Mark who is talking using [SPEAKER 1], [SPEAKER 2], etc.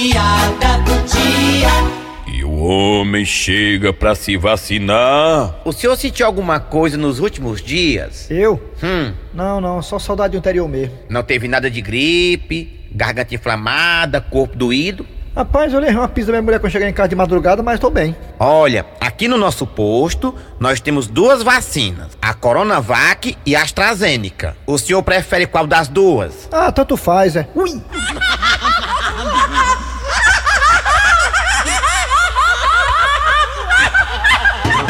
[SPEAKER 1] piada do dia.
[SPEAKER 2] E o homem chega pra se vacinar.
[SPEAKER 3] O senhor sentiu alguma coisa nos últimos dias?
[SPEAKER 4] Eu?
[SPEAKER 3] Hum,
[SPEAKER 4] Não, não, só saudade do interior mesmo.
[SPEAKER 3] não teve nada de gripe, garganta inflamada, corpo doído?
[SPEAKER 4] Rapaz, eu levei uma pizza da minha mulher quando cheguei em casa de madrugada, mas tô bem.
[SPEAKER 3] Olha, aqui no nosso posto nós temos duas vacinas, a Coronavac e a AstraZeneca. O senhor prefere qual das duas?
[SPEAKER 4] Ah, tanto faz, é. Ui!